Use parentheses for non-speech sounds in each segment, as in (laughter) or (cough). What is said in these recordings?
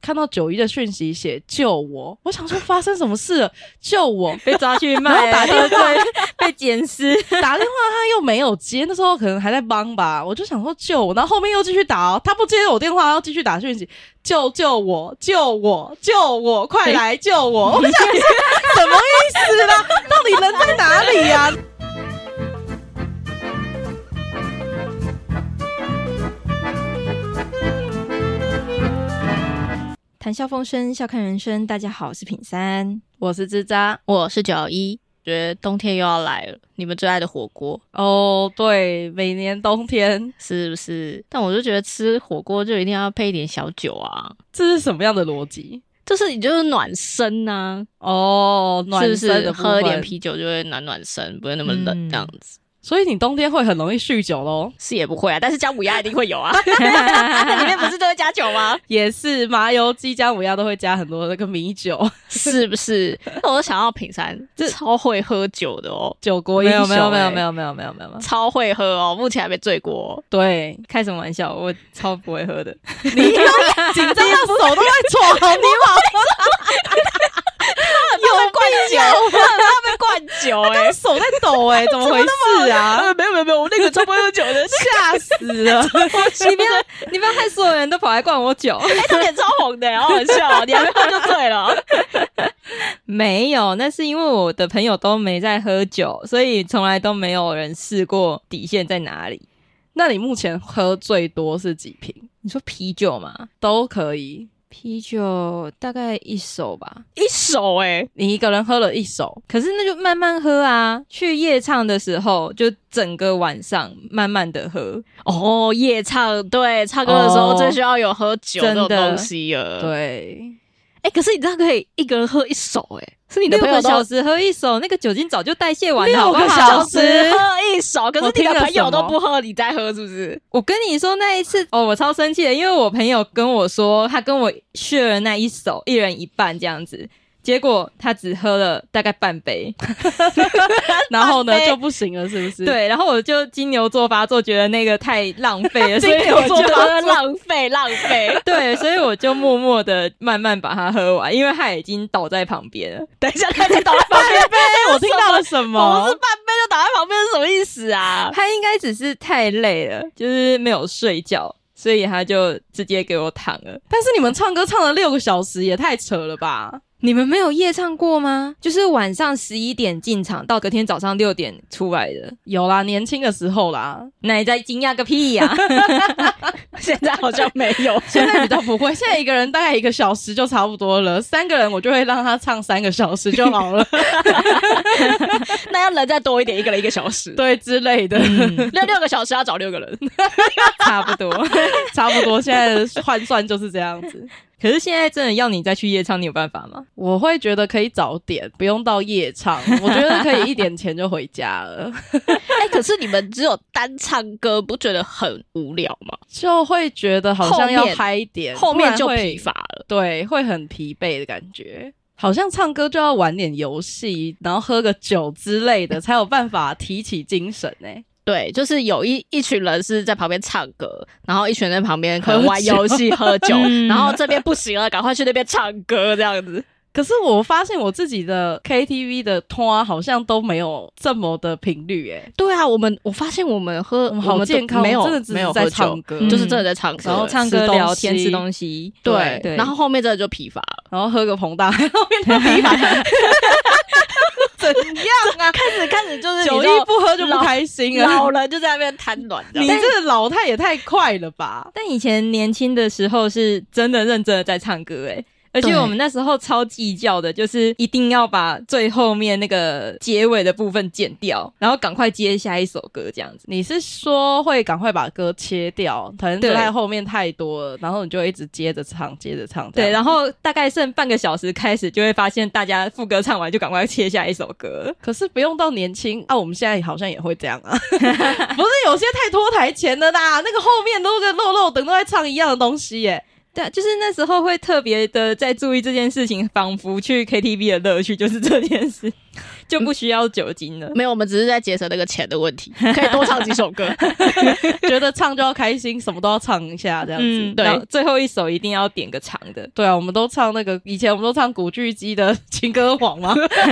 看到九一的讯息写救我，我想说发生什么事了？救我！ (laughs) 被抓去卖，然后打电话被捡尸，打电话他又没有接，那时候可能还在帮吧，我就想说救我，然后后面又继续打哦，他不接我电话，要继续打讯息，救救我，救我，救我，快来救我！我想说什么意思啦？到底人在哪里呀、 (laughs) 谈笑风生，笑看人生。大家好，我是品三。我是吱喳，我是九一。觉得冬天又要来了，你们最爱的火锅哦，对，每年冬天是不是？但我就觉得吃火锅就一定要配一点小酒啊，这是什么样的逻辑？就是你就是暖身呐、哦，啊，暖是不身是？的部喝一点分啤酒就会暖暖身，不会那么嗯冷这样子。所以你冬天会很容易酗酒喽？是也不会啊，但是姜母鸭一定会 (laughs) 有啊，那里面不是都会加酒吗？也是麻油鸡、姜母鸭都会加很多那个米酒， (laughs) 是不是？那我就想要品山，超会喝酒的哦，酒国英没雄、有没有没有没有，有没有没有没有，，超会喝哦，目前还没醉过、哦。对开什么玩笑？我超不会喝的。 (laughs) 你又紧张到手都在搓，你往有灌酒，啊他被灌酒哎、手在抖哎、 (laughs) 怎么回事啊？ (laughs) 没有没有没有，我那个超不会喝酒的，吓死 (laughs) 了！你不要，你不要害所有人都跑来灌我酒。 (laughs) 哎、他脸超红的，好好笑、你还没喝就醉了。没有，那是因为我的朋友都没在喝酒，所以从来都没有人试过底线在哪里。那你目前喝最多是几瓶？你说啤酒吗？都可以，啤酒大概一手吧，一手哎、你一个人喝了一手，可是那就慢慢喝啊。去夜唱的时候，就整个晚上慢慢的喝。哦，夜唱对，唱歌的时哦候最需要有喝酒这种真的东西了。，对，哎、可是你这样可以一个人喝一手哎、是你的六朋友个都小时喝一手，那个酒精早就代谢完了，六好个不好小时喝一手，可我是你听了的朋什么友都不喝，你在喝是不是？我跟你说那一次哦，我超生气的，因为我朋友跟我说，他跟我 share 了那一手，一人一半这样子，结果他只喝了大概半 (laughs) 杯。然后呢半哎杯就不行了，是不是？，对，然后我就金牛座发作，觉得那个太浪费 (laughs) 了，所以金我牛座 (laughs) 就。喝浪费浪费 (laughs) 对，所以我就默默的慢慢把它喝完，因为他已经倒在旁边了。等一下，他就倒在旁边，哎，我听到了什不是么？半杯就倒在旁边是什么意思啊？他应该只是太累了，就是没有睡觉，所以他就直接给我躺了。但是你们唱歌唱了六个小时，也太扯了吧？你们没有夜唱过吗？就是晚上十一点进场，到隔天早上六点出来的，有啦，年轻的时候啦，那你在惊讶个屁呀、 (laughs) 现在好像没有， (laughs) 现在比较不会，现在一个人大概一个小时就差不多了，三个人我就会让他唱三个小时就好 (laughs) 了， (laughs) 那要人再多一点，一个人一个小时，对之类的，嗯六六个小时要找六个人，差不多。差不多现在的换算就是这样子。可是现在真的要你再去夜唱，你有办法吗？我会觉得可以早点，不用到夜唱，我觉得可以一点前就回家了， (laughs) 哎、可是你们只有单唱歌，不觉得很无聊 (laughs) 吗？就会觉得好像要后面嗨一点，后面就不然会疲乏了。对，会很疲惫的感觉。好像唱歌就要玩点游戏，然后喝个酒之类的，才有办法提起精神欸呢、对，就是有一一群人是在旁边唱歌，然后一群人在旁边可能喝玩酒游戏、喝 (laughs) 酒，嗯然后这边不行了，赶快去那边唱歌，这样子。可是我发现我自己的 KTV 的拖好像都没有这么的频率、欸，对啊，我们我发现我们喝我们好都健康，没有真的只没有是在喝酒唱歌，嗯就是真的在唱歌，然后唱吃歌、东聊天、西吃东西，对，对。然后后面真的就疲乏了。然后喝个膨大，然后 (laughs) 变成啤牌，怎样啊？ (laughs) 开始开始就是酒一不喝就不开心 (laughs) 老了。人就在那边瘫 (laughs) 软这你样子，这个老太也太快了吧！但以前年轻的时候是真的认真的在唱歌诶、而且对我们那时候超计较的，就是一定要把最后面那个结尾的部分剪掉，然后赶快接下一首歌这样子。你是说会赶快把歌切掉，可能就对在后面太多了，然后你就一直接着唱，接着唱这样。对，然后大概剩半个小时开始，就会发现大家副歌唱完就赶快切下一首歌。可是不用到年轻啊，我们现在好像也会这样啊， (laughs) 不是有些太拖台前的啦，那个后面都个肉肉等都在唱一样的东西耶、对，啊就是那时候会特别的在注意这件事情，仿佛去 (laughs) KTV 的乐趣就是这件事， (laughs) 就不需要酒精了。没有，我们只是在节省那个钱的问 (laughs) 题，可以多唱几首歌。觉得唱就要开心，什么都要唱一下这样子。嗯，对然后最后一首一定要点个长的，对啊，我们都唱那个，以前我们都唱古巨基的《情歌王》 (laughs) 嘛。 (laughs)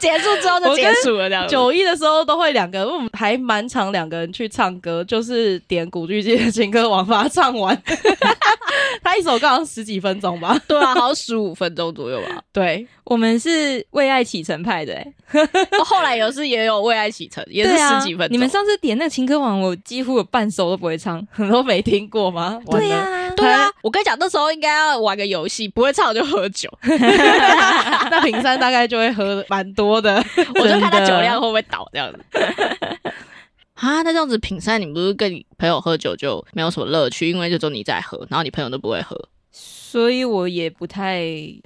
结束之后就结束了，这样子。九一的时候都会两个，因为我们还蛮常两个人去唱歌，就是点古巨基的《情歌王》把它唱 (laughs) 完。他一首歌好像十几分钟吧？ (laughs) 对啊，好像十五分钟左右吧。 (laughs) 对，我们是为爱启程派的、欸，哦后来有是也有为爱启程，也也是十几分钟。你们上次点那个情歌王，我几乎有半首都不会唱。很多没听过吗？对呀、完了对啊，我跟你讲，那时候应该要玩个游戏，不会唱就喝酒。 (laughs) 那平山大概就会喝蛮多的。我就看他真的酒量会不会倒这样子。 (laughs) 啊，那这样子品山，你不是跟你朋友喝酒就没有什么乐趣，因为就只有你在喝，然后你朋友都不会喝。所以我也不太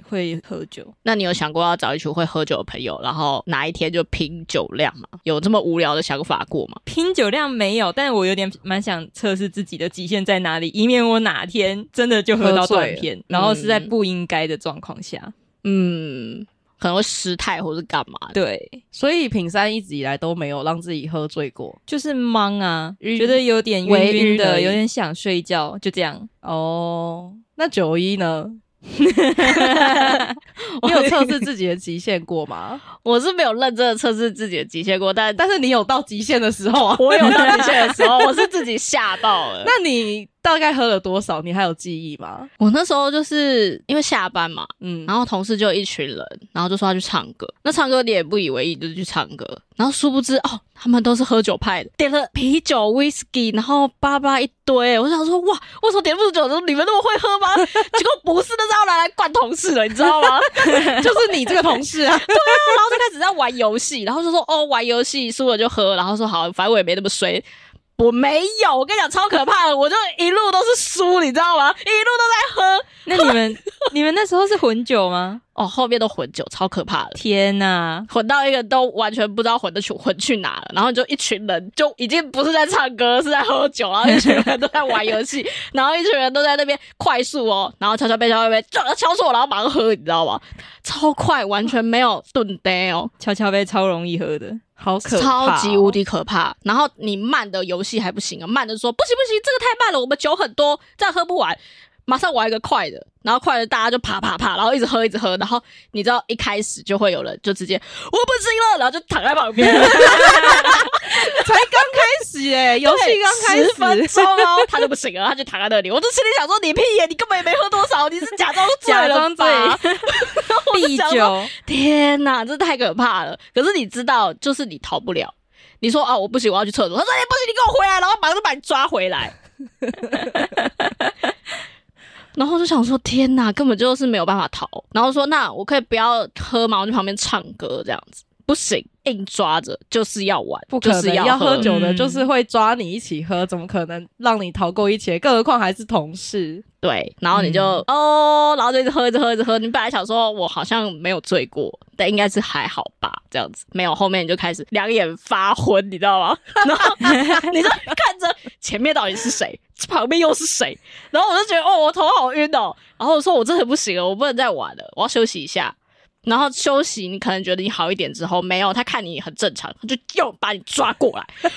会喝酒。那你有想过要找一群会喝酒的朋友，然后哪一天就拼酒量吗？有这么无聊的想法过吗？拼酒量没有，但我有点蛮想测试自己的极限在哪里，以免我哪天真的就喝到断片，然后是在不应该的状况下。嗯，可能会失态或是干嘛的。对， (laughs) 所以品山一直以来都没有让自己喝醉过。就是懵啊，晕觉得有点微晕晕晕的，而已有点想睡觉，就这样。哦，那九一 (laughs) 呢？你有测试自己的极限过吗？我是没有认真的测试自己的极限过，但但是你有到极限的时候啊。我有到极限的时候，我是自己吓到了。 (laughs) 那你大概喝了多少？你还有记忆吗？我那时候就是因为下班嘛，嗯，然后同事就一群人，然后就说要去唱歌。那唱歌你也不以为意，就是去唱歌。然后殊不知哦，他们都是喝酒派的，点了啤酒、whisky，然后巴巴一堆。我想说哇，为什么点不出酒？你们那么会喝吗？ (laughs) 结果不是，那是要拿来灌同事的，你知道吗？ (laughs) 就是你这个同事啊，然后就开始在玩游戏，然后就说哦，玩游戏输了就喝，然后说好，反正我也没那么衰。我没有，我跟你讲超可怕的，我就一路都是输，你知道吗？一路都在喝。那你们 (laughs) 你们那时候是混酒吗？哦，后面都混酒，超可怕的。天哪、混到一个都完全不知道混的去混去哪了，然后就一群人就已经不是在唱歌，是在喝酒，然后一群人都在玩游戏，然后一群人都在那边快速哦，然后敲敲背敲敲背，就敲错，然后马上喝，你知道吗？超快，完全没有顿呆哦，悄悄杯超容易喝的，好可怕哦、超级无敌可怕。然后你慢的游戏还不行啊，慢的说不行不行，这个太慢了，我们酒很多，这样喝不完。马上玩一个快的，然后快的大家就啪啪啪，然后一直喝一直喝，然后你知道一开始就会有人就直接我不行了，然后就躺在旁边，才刚开始哎、游戏刚开十分始，钟哦，他就不行了，他就躺在那里。我就心里想说，你屁耶，你根本也没喝多少，你是假装醉假了 (laughs) 装醉吧？必想说酒。天哪，这太可怕了！可是你知道，就是你逃不了。你说啊，我不行，我要去厕所。他说哎、不行，你给我回来，然后马上就把你抓回来。然后我就想说，天哪，根本就是没有办法逃。然后说，那我可以不要喝嘛，我去旁边唱歌这样子。不行，硬抓着就是要玩，不就可是能要喝喝酒的，嗯就是会抓你一起喝，怎么可能让你逃过一劫？更何况还是同事。对，然后你就、哦，然后就一直喝，一直喝，一直喝。你本来想说我好像没有醉过，但应该是还好吧，这样子没有。后面你就开始两眼发昏，你知道吗？ (laughs) 然后你就看着前面到底是谁，旁边又是谁，然后我就觉得哦，我头好晕哦。然后我说我真的不行了，我不能再玩了，我要休息一下。然后休息，你可能觉得你好一点之后，没有他看你很正常，他就又把你抓过来，好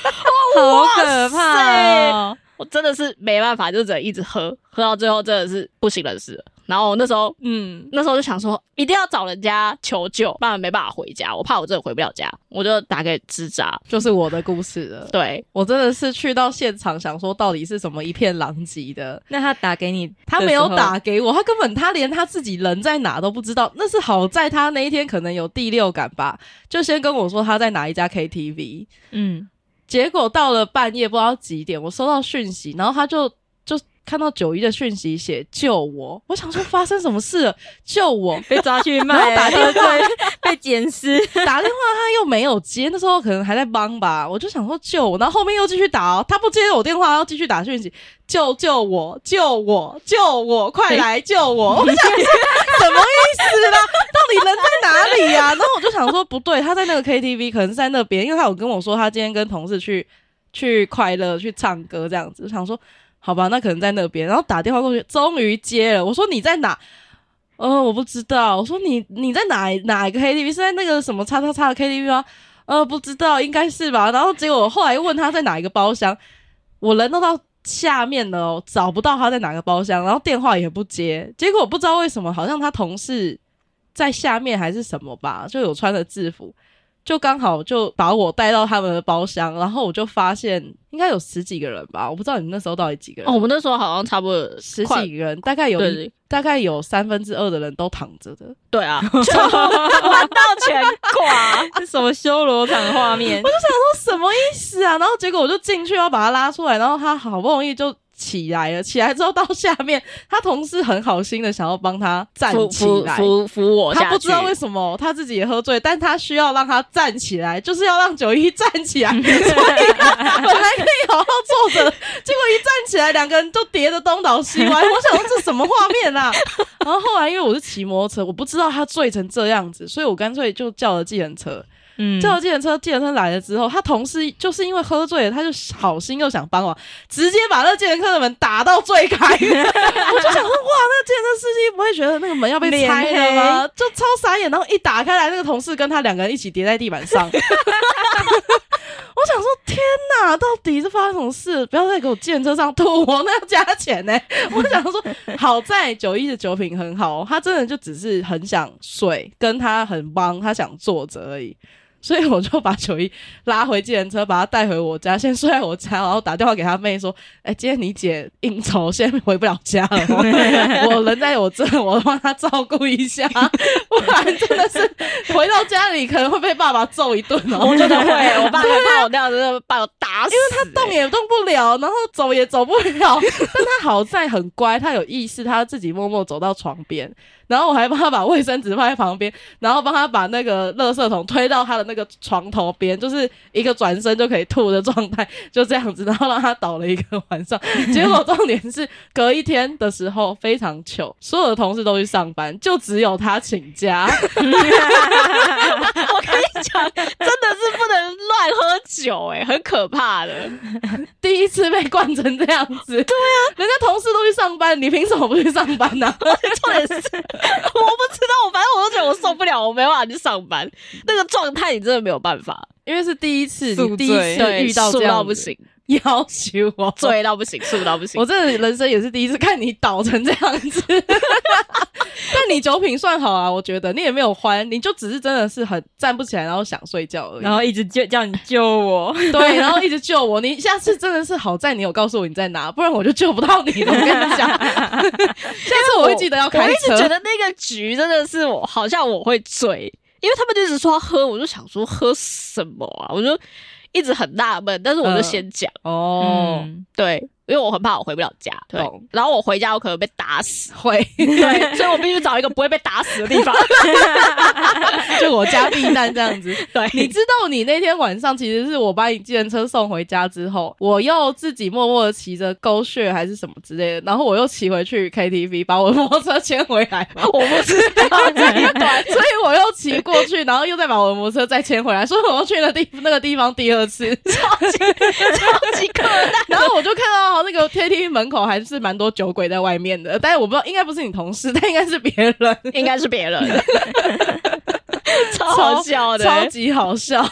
可怕、哦！我真的是没办法，就只能一直喝，喝到最后真的是不省人事了。然后我那时候嗯，那时候就想说，一定要找人家求救，不然没办法回家。我怕我真的回不了家，我就打给支扎。就是我的故事 (laughs) 了，对，我真的是去到现场，想说到底是什么一片狼藉的。那他打给你，他没有打，给我，他根本他连他自己人在哪都不知道。那是好在他那一天可能有第六感吧，就先跟我说他在哪一家 KTV，嗯，。结果到了半夜不知道几点，我收到讯息，然后他就就看到九一的讯息写救我，我想说发生什么事了，救我 (laughs) 被抓去卖，然后打电话被捡尸， (laughs) 打电话他又没有接，那时候可能还在帮吧，我就想说救我，然后后面又继续打哦，他不接我电话，要继续打讯息，救救我，救我，救我，快来救我！ (laughs) 我就想说什么意思啦？到底人在哪里呀、然后我就想说不对，他在那个 KTV 可能是在那边，因为他有跟我说他今天跟同事去去快乐去唱歌这样子，我想说好吧，那可能在那边。然后打电话过去，终于接了。我说你在哪？呃，我不知道。我说你你在哪哪一个 KTV？是在那个什么叉叉叉的 KTV 吗？呃，不知道，应该是吧。然后结果我后来又问他在哪一个包厢，我人都到下面了哦，找不到他在哪个包厢，然后电话也不接。结果我不知道为什么，好像他同事在下面还是什么吧，就有穿着制服，就刚好就把我带到他们的包厢，然后我就发现应该有十几个人吧，我不知道你们那时候到底几个人。哦，我们那时候好像差不多十快几个人，大概有对对大概有三分之二的人都躺着的，对啊，全部弯到全挂。 (laughs) 这什么修罗场画面？什么意思啊？然后结果我就进去要把他拉出来，然后他好不容易就起来了，起来之后到下面，他同事很好心的想要帮他站扶起扶来。扶扶我下去，他不知 (laughs) 道为什么他自己也喝醉，但他需要让他站起来，就是要让九一站起 (laughs) 来。所以他本来可以好好坐着，结果一站起来，两个人就叠得东倒西歪。我想说这什么画面啊！然后后来因为我是骑摩托车，我不知道他醉成这样子，所以我干脆就叫了计程车。嗯，叫了计程车，计程车来了之后，他同事就是因为喝醉了，他就好心又想帮忙，直接把那计程车的门打到最开。我就想说，哇，那计程车司机不会觉得那个门要被拆了吗？就超傻眼，然后一打开来，那个同事跟他两个人一起叠在地板上。 (laughs) 我想说，天哪，到底是发生什么事？不要再给我计程车上吐，我那要加钱呢、 (laughs) 我想说，好在九一的酒品很好，他真的就只是很想睡，跟他很帮，他想坐着而已。所以我就把九一拉回计程车，把他带回我家，先睡在我家，然后打电话给他妹说：“哎、今天你姐应酬，现在回不了家了 (laughs) 哦，我人在我这，我帮她照顾一下，不然真的是回到家里可能会被爸爸揍一顿哦。”我真的会，我爸害怕我那样子，把我打啊死。因为他动也动不了，然后走也走不了。 (laughs) 但他好在很乖，他有意识，他自己默默走到床边，然后我还帮他把卫生纸放在旁边，然后帮他把那个垃圾桶推到他的那个床头边，就是一个转身就可以吐的状态， (laughs) 就这样子，然后让他倒了一个晚 (laughs) 上。结果重点是隔一天的时候非常糗，所有的同事都去上班，就只有他请假。 (laughs) 我跟你讲，真的是不能乱喝酒、哎，很可怕的。第一次被灌成这样子，对啊，人家同事都去上班，你凭什么不去上班呢、重 (laughs) 点是，我不知道，我反正我都觉得我受不了，我没办法去上班，那个状态你真的没有办法，因为是第一次，宿你第一醉次遇到醉这到样不子，行，要求 (laughs) 我。醉到不行，睡到不行我。真的人生也是第一次看你倒成这样子，但你酒品算好啊，我觉得你也没有欢，你就只是真的是很站不起来，然后想睡觉而已。然后一直叫叫你救 (laughs) 我，对，然后一直救我，你下次真的是好在你有告诉我你在哪，不然我就救不到你了。我跟你讲，下次我会记得要我开一直车。觉得那个局真的是我，好像我会醉，因为他们就一直说要喝，我就想说喝什么啊，我就一直很纳闷，但是我就嗯先讲，哦， (laughs) 嗯，对，因为我很怕我回不了家，对懂，然后我回家我可能被打 (laughs) 死，会，对，所以我必须找一个不会被打死的地方， (laughs) 就我家避难这样子。 (laughs) 对，你知道，你那天晚上其实是我把你计程车送回家之后，我又自己默默的骑着狗血还是什么之类的，然后我又骑回去 KTV，把我的摩托车牵回来嘛。 (laughs) 我不 (laughs) 知道这一段。所以我又骑过去，然后又再把我的摩托车再牵回来，所以我又去了地那个地方第二次。 (laughs) 超级可爱。然后我就看到那个 KTV 门口还是蛮多酒鬼在外面的，但是我不知道，应该不是你同事，但 (laughs) 应该是别人， (laughs) 应该是别人， (laughs) 超好笑的、超级好笑。 (laughs)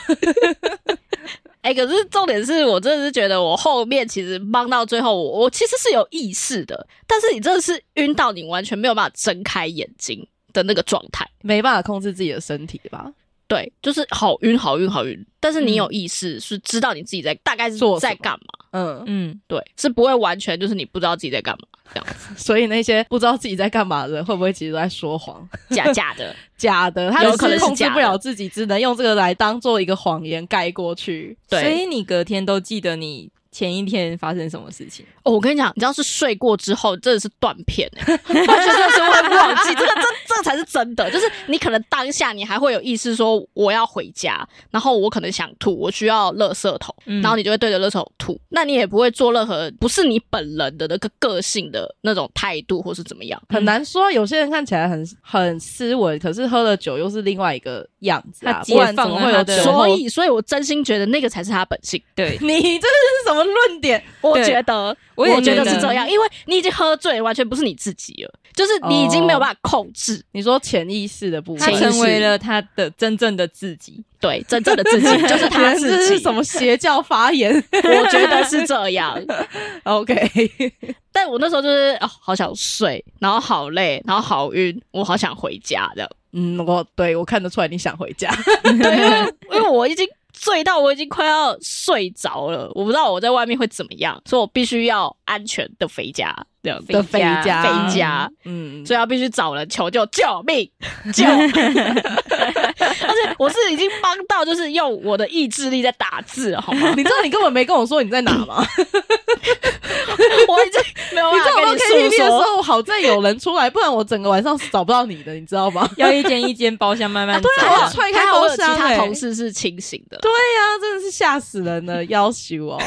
哎、可是重点是我真的是觉得我后面其实帮到最后我，我其实是有意识的，但是你真的是晕到你完全没有办法睁开眼睛的那个状态。没办法控制自己的身体吧？对，就是好晕，好晕，好晕。但是你有意识，是知道你自己在大概是嗯做什么在干嘛。嗯， (laughs) (laughs) 嗯，对，是不会完全就是你不知道自己在干嘛，这样子所以那些不知道自己在干嘛的人，会不会其实都在说谎？ (laughs) 假假的。假的，他有只可能是控制假不的了自己，只能用这个来当做一个谎言盖过去。对所以你隔天都记得你前一天发生什么事情， (laughs) 哦，我跟你讲，你知道是睡过之后真的是断片、欸，完全真的是会忘记，这个真真样才是真的。就是你可能当下你还会有意识说我要回家，然后我可能想吐，我需要垃圾桶，嗯然后你就会对着垃圾桶吐。那你也不会做任何不是你本人的那个个性的那种态度或是怎么样。很难说，有些人看起来很很斯文，可是喝了酒又是另外一个样子啊他！解不然怎放么了会他有的酒后？所以，所以我真心觉得那个才是他本性。对，你这是什么论点？我对觉得， (laughs) 我也觉觉是得这样，因为你已经喝醉，完全不是你自己了，就是你已经没有办法控制。你说潜意识的部分，他潜意识成为了他的真正的自己。对，真正的自己就是他这自是己什。么邪教发言 (laughs) 我觉得是这样， (laughs) ？OK，但我那时候就是、哦、好想睡，然后好累，然后好晕，我好想回家 (laughs) 这样。嗯，我对我看得出来你想回家， (laughs) 对，因为因为我已经醉到我已经快要睡着了，我不知道我在外面会怎么样，所以我必须要安全的回家这样子。的肥家家，肥家，嗯，所以要必须找人求救，救命， (laughs) 救！而且我是已经帮到，就是用我的意志力在打字了，好 (laughs) 吗？你知道你根本没跟我说你在哪吗？我已经没有你办知法道我跟到你 KTV 诉的时说。候，好在有人出来，不然我整个晚上是找不到你的，你知道吗？要一间一间包厢慢 (laughs) 慢走。对啊我踹开还好我有包其厢他欸同事是清醒的， (laughs) 对啊呀、真的是吓死人了，要求 (laughs) 哦，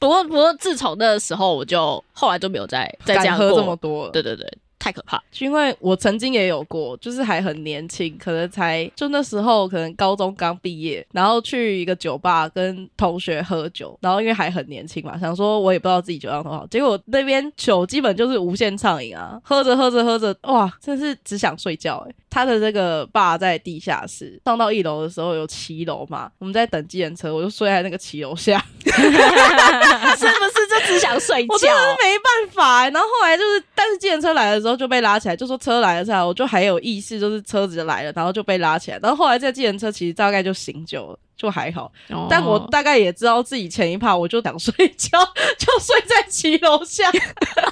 不过不过自从那时候我就后来就没有再再这敢样喝过这么多，对对对，太可 (laughs) 怕。因为我曾经也有过，就是还很年轻，可能才就那时候可能高中刚毕业，然后去一个酒吧跟同学喝酒，然后因为还很年轻嘛，想说我也不知道自己酒量多好，结果那边酒基本就是无限畅饮啊，喝着喝着喝着，哇，真是只想睡觉诶、他的这个坝在地下室，上到一楼的时候有七楼嘛，我们在等计程车，我就睡在那个七楼下，是不是就只想睡我真的是没办法、欸。然后后来就是，但是计程车来的时候就被拉起来，就说车来了才，我就还有意识，就是车子就来了，然后就被拉起来。然后后来这计程车其实大概就醒酒了。就还好，哦但我大概也知道自己前一趴我就想睡觉， (laughs) 就睡在骑楼下。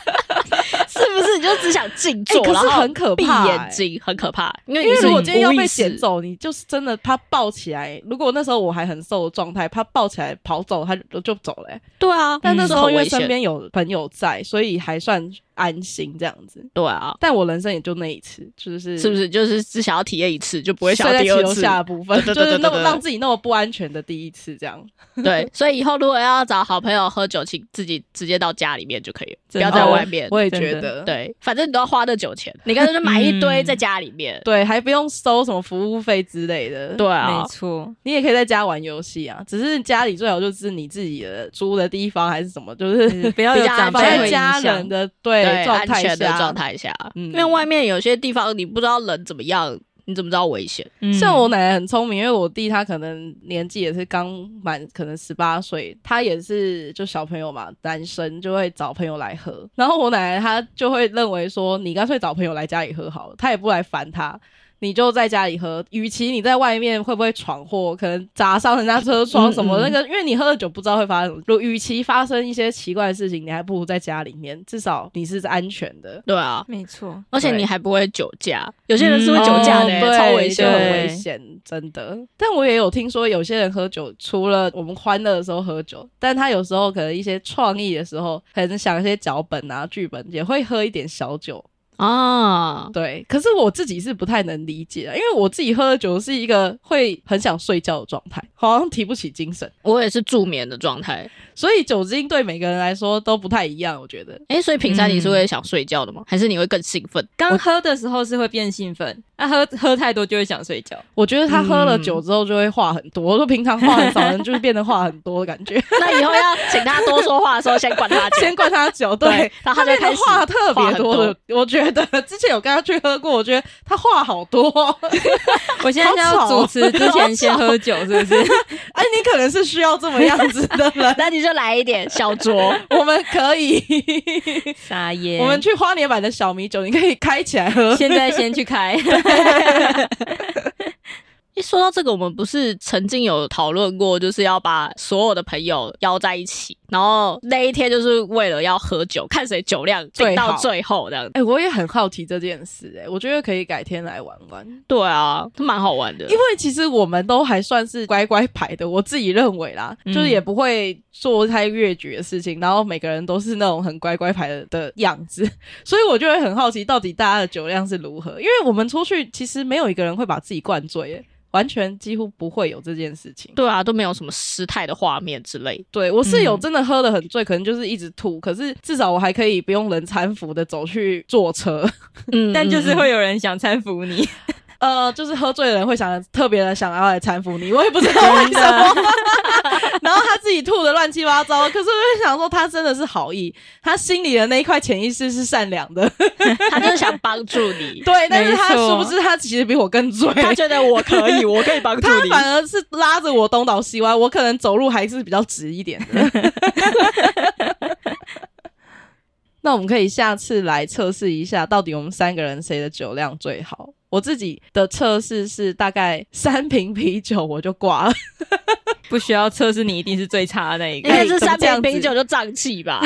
是不是你就只想静坐，哎可是然后很可怕闭欸眼睛很可怕，因为因为你是如果今天要无被意识捡，走，你就是真的他抱起来。如果那时候我还很瘦的状态，他抱起来跑走，他就就走了欸、对啊，但那时是候很因为危险身边有朋友在，所以还算安心这样子。对啊，但我人生也就那一次，就是是不是就是只想要体验一次，就不会想嗯睡要在骑第二楼次？下的部分，就对对对是对那对么对让自己那么不安全的第一次，这样对，所以以后如果要找好朋友喝酒，请自己直接到家里面就可以了，不真的要在外面。哦我也真觉的得，对，反正你都要花那酒钱，你干脆就买一堆嗯在家里面。对，还不用收什么服务费之类的。对啊没，错，你也可以在家玩游戏啊，只是家里最好就是你自己的租的地方还是什么， (laughs) 就是不要有嗯比较安长放辈全在会家影人响。的对状安态全的下状。态下，嗯因为外面有些地方你不知道人怎么样，你怎么知道危险？嗯像我奶奶很聪明，因为我弟他可能年纪也是刚满，可能十八岁，他也是就小朋友嘛，男生就会找朋友来喝。然后我奶奶她就会认为说，你干脆找朋友来家里喝好了，他也不来烦他。你就在家里喝，与其你在外面会不会闯祸，可能砸伤人家 (laughs) 车窗什么嗯嗯那个，因为你喝了酒不知道会发生什么。如与其发生一些奇怪的事情，你还不如在家里面，至少你是安全的。对啊，没错，而且对你还不会酒驾，有些人是会嗯酒驾的、欸哦对超危险就的。很危险，真的。但我也有听说，有些人喝酒，除了我们欢乐的时候喝酒，但他有时候可能一些创意的时候，可能想一些脚本啊、剧本，也会喝一点小酒。啊，对，可是我自己是不太能理解的，因为我自己喝了酒是一个会很想睡觉的状态，好像提不起精神，我也是助眠的状态。所以酒精对每个人来说都不太一样，我觉得。哎、所以平常你是会想睡觉的吗？还是你会更兴奋？刚喝的时候是会变兴奋，那喝喝太多就会想 (laughs) 睡觉。我觉得他喝了嗯酒之后就会话很多，我说平常话很少的人就是变得话很多的感觉。那以后要请他多说话的时候，先管他 (laughs) 酒。先灌他酒，对对，然后他就那开个始话特别话多很的，我觉得之前有跟他去喝过，我觉得他话好多。 (laughs) 我现在是要好吵主持之前先喝酒，是不是？哎，你可能是需要这么样子的 (laughs) 人， (laughs) 那你就来一点小 (laughs) 酌，我们可 (laughs) 以， (laughs) 傻耶！我们去花莲版的 (laughs) 小米酒，你可以开起来喝。现在先去开。因一说到这个，我们不是曾经有讨论过，就是要把所有的朋友邀在一起，然后那一天就是为了要喝酒，看谁酒量顶最到好最后这样子。哎、我也很好奇这件事、哎，我觉得可以改天来玩玩，对啊，蛮好玩的因。为其实我们都还算是乖乖牌的，我自己认为啦，嗯就是也不会做太越矩的事情，然后每个人都是那种很乖乖牌的的样子， (laughs) 所以我就会很好奇到底大家的酒量是如何，因为我们出去其实没有一个人会把自己灌醉、哎完全几乎不会有这件事情。对啊，都没有什么失态的画面之类的。对我是有嗯真的喝的很醉，可能就是一直吐，可是至少我还可以不用人搀扶的走去坐车。嗯但就是嗯会有人想搀扶你，呃，就是喝醉的人会想特别的想要来搀扶你，我也不知道为什么。 (laughs) 然后他自己吐的乱七八糟，可是我就想说，他真的是好意，他心里的那一块潜意识是善良的， (laughs) 他就是想帮助 (laughs) 你， (laughs) 对。但是他没错殊不知，他其实比我更醉。他觉得我可以，我可以帮助他你。 (laughs) 反而是拉着我东倒西歪，我可能走路还是比较直一点的。那我们可以下次来测试一下，到底我们三个人谁的酒量最好。我自己的测试是大概三瓶啤酒我就挂了， (laughs) 不需要测试你一定是最差的那一应个。该是怎么三这样瓶子冰酒就胀气 (laughs) 吧，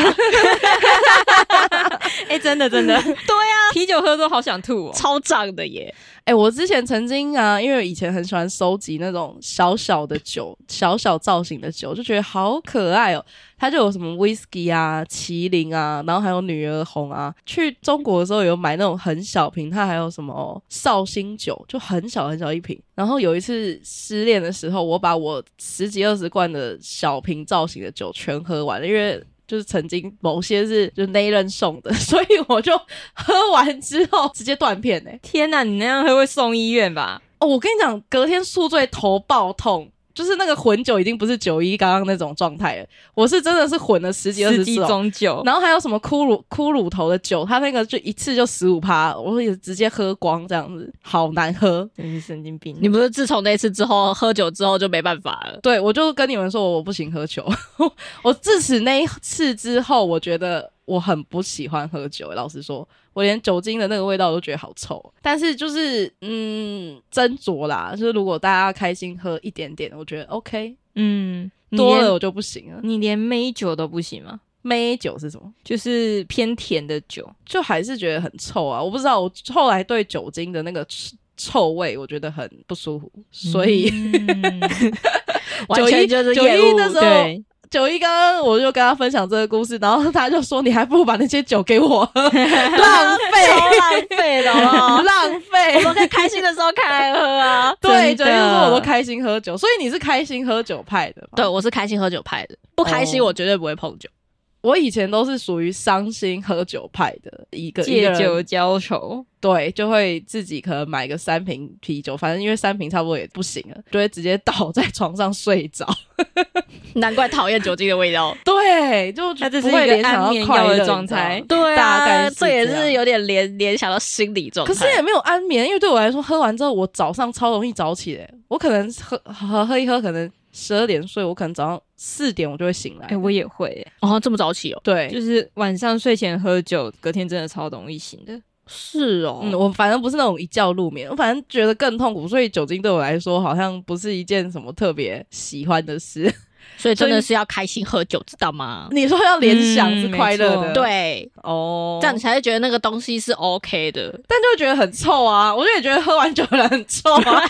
哎、真的真的， (laughs) 对啊，啤酒喝多好想吐哦。超胀的耶。哎、我之前曾经啊，因为我以前很喜欢收集那种小小的酒、小小造型的酒，就觉得好可爱哦。它就有什么 whisky 啊、麒麟啊，然后还有女儿红啊。去中国的时候有买那种很小瓶，它还有什么绍兴酒，就很小很小一瓶。然后有一次失恋的时候，我把我十几二十罐的小瓶造型的酒全喝完了，因为。就是曾经某些是就那一任送的， (laughs) 所以我就喝完之后直接断片哎、天哪、你那样会会送医院吧？哦，我跟你讲，隔天宿醉头爆痛，就是那个混酒已经不是九一刚刚那种状态了，我是真的是混了十几二司十机次、哦。中 (laughs) 酒，然后还有什么骷髅骷髅头的酒，他那个就一次就十五趴，我也直接喝光这样子，好难喝。真是神经病。你不是自从那次之后喝酒之后就没办法 (laughs) 了，对，我就跟你们说，我不行喝酒。 (laughs) 我自此那一次之后，我觉得我很不喜欢喝酒。老实说，我连酒精的那个味道都觉得好臭。但是就是嗯，斟酌啦，就是如果大家开心喝一点点，我觉得 OK。嗯，你多连了我就不行了。你连美酒都不行吗？梅酒是什么？就是偏甜的酒，就还是觉得很臭啊！我不知道，我后来对酒精的那个臭臭味，我觉得很不舒服。所以、 (laughs) 嗯完全就是九一业九一务那时候对，九一刚刚我就跟他分享这个故事，然后他就说：“你还不如把那些酒给我喝，浪超费，浪费的好不 (laughs) 好？浪我费。们可以开心的时候开来喝啊”。对，九真一的就说我都开心喝酒，所以你是开心喝酒派的嘛？ (laughs) 对，我是开心喝酒派的，不开心哦我绝对不会碰酒。我以前都是属于伤心喝酒派的，一个一个借人酒浇愁，对，就会自己可能买个三瓶啤酒，反正因为三瓶差不多也不行了，就会直接倒在床上睡着。难怪讨厌酒精的味道。对，就那这是不会一个联想安到眠快药的乐状你知道态吗对大概啊，是这也样是有点联联想到心理状态。可是也没有安眠，因为对我来说，喝完之后我早上超容易早起的，我可能喝喝喝一喝，可能十二点睡，我可能早上四点我就会醒来。哎、我也会、欸，哦，这么早起哦？对就，是晚上睡前喝酒，隔天真的超容易醒的。是哦嗯，我反正不是那种一觉入眠，我反正觉得更痛苦，所以酒精对我来说好像不是一件什么特别喜欢的事。所以真所的以是要开心喝酒，知道吗？你说要联想是嗯快乐的，没错对，哦，这样你才会觉得那个东西是 OK 的。但就会觉得很臭啊！我就也觉得喝完酒了很臭啊。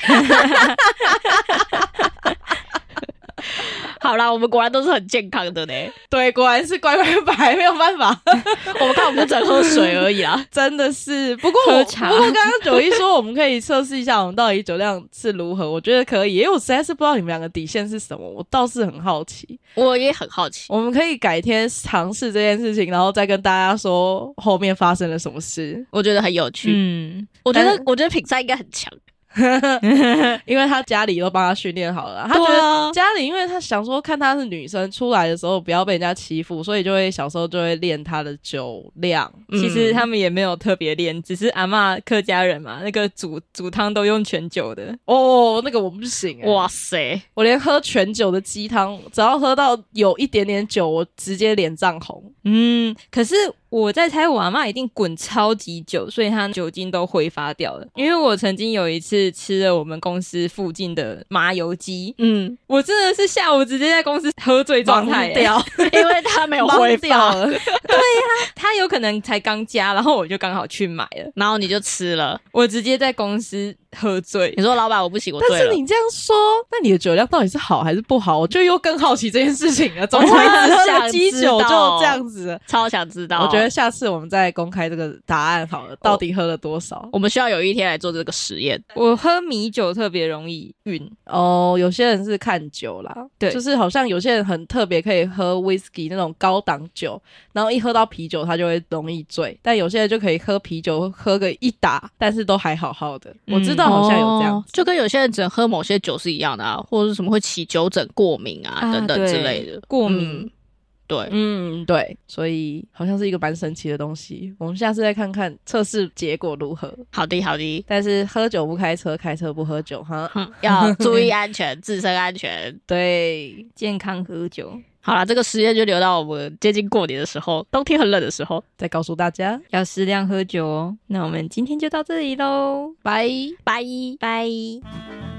好啦，我们果然都是很健康的呢。对，果然是乖乖牌，没有办法， (laughs) 我们看我们就只能喝水而已啦。真的是。不过我喝不茶过刚刚九一说我们可以测试一下我们到底酒量是如何，我觉得可以，因为我实在是不知道你们两个底线是什么，我倒是很好奇。 (laughs) 我也很好奇，我们可以改天尝试这件事情，然后再跟大家说后面发生了什么事，我觉得很有趣。嗯，我觉但得是我觉得品赛应该很强。因为他家里都帮他训练好了，他觉得啊，家里，因为他想说看她是女生出来的时候不要被人家欺负，所以就会小时候就会练她的酒量。其实嗯他们也没有特别练，只是阿嬷客家人嘛，那个煮煮汤都用全酒的。哦，那个我不行、欸，哇！哇塞，我连喝全酒的鸡汤，只要喝到有一点点酒，我直接脸涨红。嗯，可是我在猜我阿妈一定滚超级久，所以她酒精都挥发掉了。因为我曾经有一次吃了我们公司附近的麻油鸡，嗯，我真的是下午直接在公司喝醉状态、欸， (laughs) 掉，因为他 (laughs) 没有挥忘掉发，了。对呀、他有可能才刚加，然后我就刚好去买了，然后你就吃了。我直接在公司喝醉你。说老板我不行，我但醉是了。你这样说，那你的酒量到底是好还是不好？我就又更好奇这件事情了。总我之，很只喝了想鸡知酒就道哦这样子了。超想知道，我觉得下次我们再公开这个答案好哦了，到底喝了多少？我们需要有一天来做这个实验。我喝米酒特别容易晕，哦，有些人是看酒啦，对哦就是好像有些人很特别，可以喝 whisky 那种高档酒，然后一喝到啤酒他就会容易醉，但有些人就可以喝啤酒喝个一打，但是都还好好的。嗯我知道好像有这样哦，就跟有些人只能喝某些酒是一样的啊，或者是什么会起酒疹、过敏啊啊等等对之类的。过敏嗯对，嗯，对，所以好像是一个蛮神奇的东西。我们下次再看看测试结果如何。好的好的，但是喝酒不开车，开车不喝酒哈。哼要注意安全，自身安全。对，健康喝酒好啦，这个实验就留到我们接近过年的时候，冬天很冷的时候。再告诉大家，要适量喝酒哦。那我们今天就到这里喽，拜。拜。拜拜。